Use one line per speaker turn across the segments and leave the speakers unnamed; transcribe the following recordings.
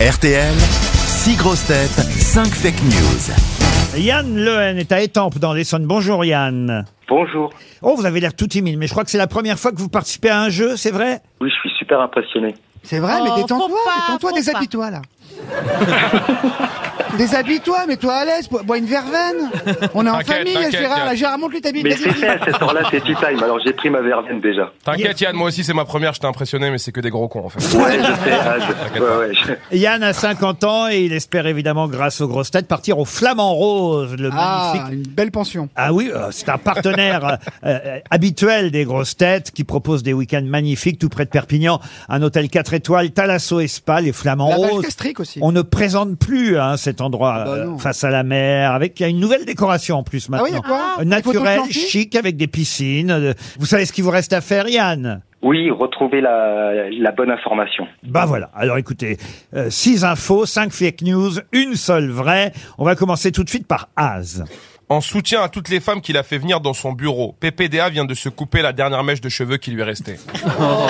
RTL, 6 grosses têtes, 5 fake news.
Yann Lehen est à Étampes dans l'Essonne. Bonjour Yann.
Bonjour.
Oh, vous avez l'air tout timide, mais je crois que c'est la première fois que vous participez à un jeu, c'est vrai
Oui, je suis super impressionné.
C'est vrai,
Oh,
mais détends-toi,
faut pas,
détends-toi,
faut
déshabille-toi là. déshabille-toi, mets-toi à l'aise, bois bois une verveine. On est en
T'inquiète,
famille,
t'inquiète,
Gérard,
Yann.
là, Gérard, monte lui ta bite,
Mais
vas-y,
c'est
vas-y.
fait à cette heure-là, c'est tea time. Alors j'ai pris ma verveine déjà.
T'inquiète Yann, moi aussi c'est ma première, j'étais impressionné, mais c'est que des gros cons en fait.
Ouais, je sais. ah, je- ouais, ouais, je-
Yann a 50 ans et il espère évidemment, grâce aux grosses têtes, partir au Flamand Rose, le
Ah,
magnifique.
une belle pension.
Ah oui, euh, c'est un partenaire euh, euh, habituel des grosses têtes qui propose des week-ends magnifiques tout près de Perpignan. Un hôtel 4 étoiles, Thalasso et Spa, les Flamands
La vache
Roses.
gastrique aussi.
On ne présente plus hein, cet endroit
bah
euh,
non.
face à la mer, avec il y a une nouvelle décoration en plus
Ah
maintenant.
oui, il y a quoi
Euh,
Des photos
Naturel,
planquées
chic, avec des piscines. euh, Vous savez ce qu'il vous reste à faire, Yann
Oui, retrouver la, la bonne information.
Bah voilà. Alors écoutez, 6 infos, 5 fake news, une seule vraie. On va commencer tout de suite par Az.
En soutien à toutes les femmes qu'il a fait venir dans son bureau, PPDA vient de se couper la dernière mèche de cheveux qui lui restait.
Oh.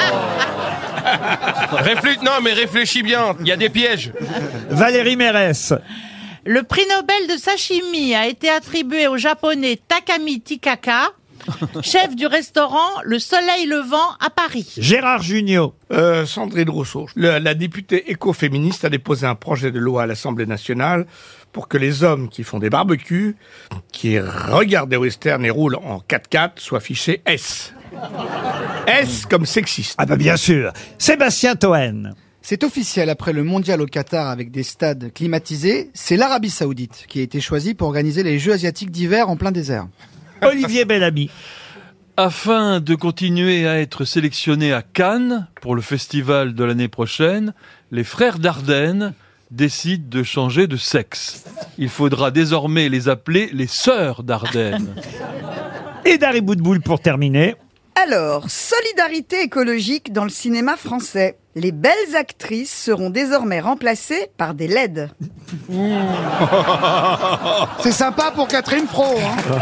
Réfléchis, non mais réfléchis bien, il y a des pièges.
Valérie Mérès,
Le prix Nobel de sashimi a été attribué au japonais Takami Tikaka, chef du restaurant Le Soleil Levant à Paris.
Gérard Junior,
Euh, Sandrine Rousseau, Le- la députée écoféministe a déposé un projet de loi à l'Assemblée nationale pour que les hommes qui font des barbecues, qui regardent des westerns et roulent en 4x4, soient fichés S. S comme sexiste.
ah bah bien sûr, Sébastien Toen,
C'est officiel, après le mondial au Qatar avec des stades climatisés, c'est l'Arabie Saoudite qui a été choisie pour organiser les Jeux Asiatiques d'hiver en plein désert.
Olivier Bellamy,
Afin de continuer à être sélectionnés à Cannes pour le festival de l'année prochaine, les frères Dardenne décident de changer de sexe. Il faudra désormais les appeler les sœurs Dardenne.
et Dari Boudboul pour terminer.
Alors, solidarité écologique dans le cinéma français. Les belles actrices seront désormais remplacées par des LED.
C'est sympa pour Catherine Pro. Hein.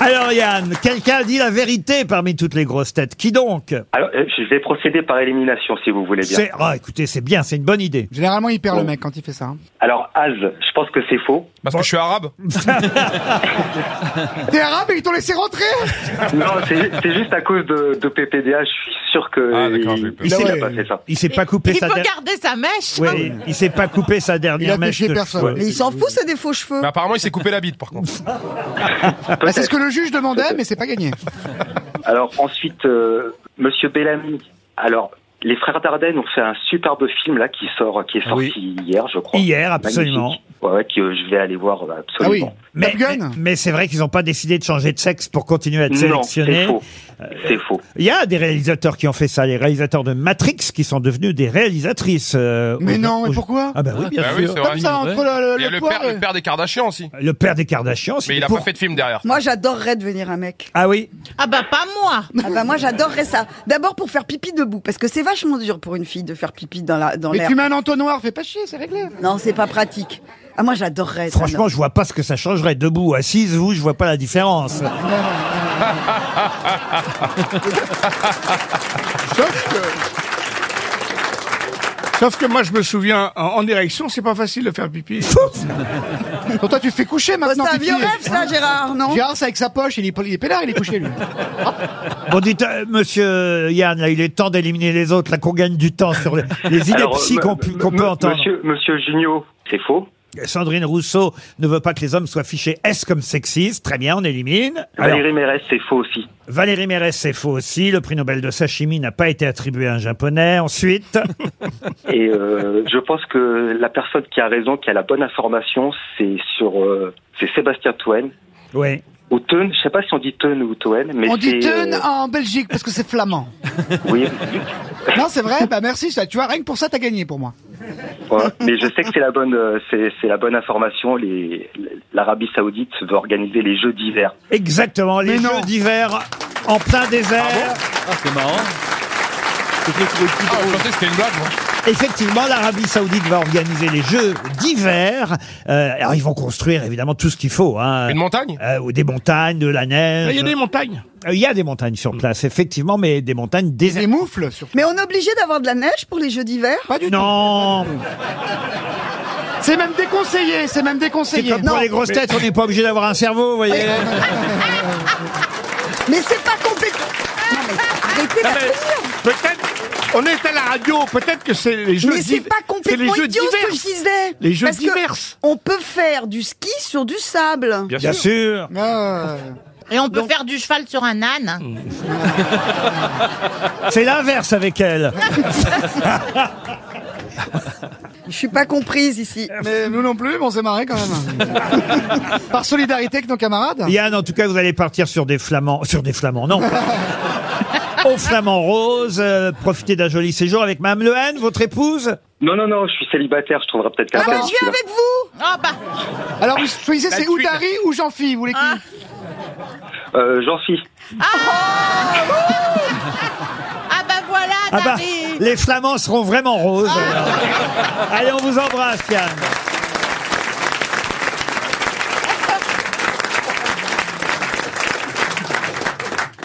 Alors Yann, quelqu'un a dit la vérité parmi toutes les grosses têtes. Qui donc
Alors, euh, je vais procéder par élimination, si vous voulez bien.
C'est ah écoutez, c'est bien, c'est une bonne idée.
Généralement, il perd le mec quand il fait ça. hein.
Alors, Az, je pense que c'est faux.
Parce que je suis arabe.
T'es arabe et ils t'ont laissé rentrer
Non, c'est c'est juste à cause de, de PPDA. Je suis sûr que
Ah, d'accord, j'ai
il,
peur.
il
Ah
a
ouais.
pas fait bah, ça.
Il s'est pas coupé
Il
sa
peut
dernière.
garder sa mèche.
Oui, il s'est pas coupé sa
Il a
dernière mèche.
pêché
de
personne.
cheveux.
Mais il s'en
Ah,
fout, c'est Ah, des faux cheveux.
Mais apparemment il s'est coupé la bite par contre.
Bah, C'est ce que le juge demandait, mais c'est pas gagné.
Alors ensuite, euh, Monsieur Bellamy. Alors, les frères Dardenne ont fait un superbe film là qui sort, qui est sorti hier, je crois.
Hier, absolument.
Magnifique. Ouais, ouais, que je vais aller voir euh,
Ah oui,
absolument.
Mais,
Top Gun
mais- mais c'est vrai qu'ils n'ont pas décidé de changer de sexe pour continuer à être Euh,
non, c'est
sélectionnés.
faux. C'est faux.
Il y a des réalisateurs qui ont fait ça, les réalisateurs de Matrix qui sont devenus des réalisatrices. euh,
Mais
au-
non,
au-
mais pourquoi
Ah bah oui, bien
Bah oui,
sûr.
c'est vrai.
Comme ça, entre le,
Il y a
Euh, le,
le
poire
père,
et-
le père des Kardashians aussi.
le père des Kardashians,
Mais
c'est
il a
pour-
pas fait de film derrière.
Moi, j'adorerais devenir un mec.
Ah oui,
Ah bah pas moi.
Ah bah moi, j'adorerais ça. D'abord pour faire pipi debout, parce que c'est vachement dur pour une fille de faire pipi dans la dans
Mais
l'air.
tu mets un entonnoir, fais pas chier, c'est réglé.
Non, c'est pas pratique. Ah moi, j'adorerais. ça,
franchement, je vois pas ce que ça changerait. Debout ou assise, vous, je vois pas la différence.
Sauf que... Sauf que moi, je me souviens, en, en érection, c'est pas facile de faire pipi.
Donc toi, tu fais coucher
non. Oh,
maintenant.
c'est un
pipi.
vieux rêve, ça, Gérard, non
Gérard, c'est avec sa poche, il est, il est pédard, il est couché, lui.
Bon, dites, euh, monsieur Yann, là, il est temps d'éliminer les autres, là, qu'on gagne du temps sur les, les idées
Alors,
psy
euh,
qu'on
m-
pu- qu'on peut
m-
entendre.
Monsieur, monsieur Junio, c'est faux.
Sandrine Rousseau ne veut pas que les hommes soient fichés S comme sexistes. Très bien, on élimine. Alors,
Valérie Mérès, c'est faux aussi.
Valérie Mérès, c'est faux aussi. Le prix Nobel de sashimi n'a pas été attribué à un japonais. Ensuite,
Et euh, je pense que la personne qui a raison, qui a la bonne information, c'est sur euh, c'est Sébastien Toen
oui.
ou Teun. Je sais pas si on dit Teun ou Toen, mais
On dit Ah.
c'est,
teun
euh,
en Belgique parce que c'est flamand.
oui.
Non, c'est vrai, bah merci, ça, tu vois, rien que pour ça, t'as gagné pour moi.
Ouais, mais je sais que c'est la bonne euh, c'est c'est la bonne information. Les l'Arabie Saoudite veut organiser les Jeux d'hiver.
Exactement, les
Mais non. Ah
jeux d'hiver en plein désert.
Ah, c'est marrant. C'est le truc le plus
Ah,
drôle.
je Ah, pensais que c'était une blague moi.
Effectivement, l'Arabie Saoudite va organiser les Jeux d'hiver. Euh, alors, ils vont construire évidemment tout ce qu'il faut. Hein.
Une montagne
Euh, ou des montagnes, de la neige.
Ah, Il y a des montagnes.
Euh, Il y a des montagnes sur place, effectivement, mais des montagnes
Des
désertiques.
moufles, surtout.
Mais on est obligé d'avoir de la neige pour les jeux d'hiver
Pas du tout.
Non,
C'est même déconseillé, c'est même
c'est
déconseillé.
comme pour
Non.
les grosses têtes, on n'est pas obligé d'avoir un cerveau, vous voyez.
Mais c'est pas complètement. Non, mais arrêtez
Non,
la
mais Peut-être, on est à la radio, peut-être que c'est les jeux
Mais c'est
d'hiv-
pas
c'est les
complètement
jeux
idiot ce que je
divers.
disais.
Les jeux
Parce que
divers.
On peut faire du ski sur du sable.
Bien sûr.
Ah.
Et on peut faire du cheval sur un
Mm.
âne.
C'est l'inverse avec elle.
Je suis pas comprise ici.
Mais nous non plus, mais on s'est marré quand même. Par solidarité avec nos camarades.
Yann, en tout cas, vous allez partir sur des flamands, sur des flamands, non. Au flamand rose, euh, profiter d'un joli séjour avec Mme Lehen, votre épouse.
Non, non, non, je suis célibataire, je trouverai peut-être
Ah,
quelqu'un.
mais je
d'ici là.
viens avec vous
Oh bah,
Alors vous choisissez, c'est ou
tuile.
Dari ou Jean-Phi, vous voulez qui
Ah.
Euh, j'en suis.
ah bah voilà,
Ah bah,
Dari.
les flamands seront vraiment roses. Allez, on vous embrasse, Yann.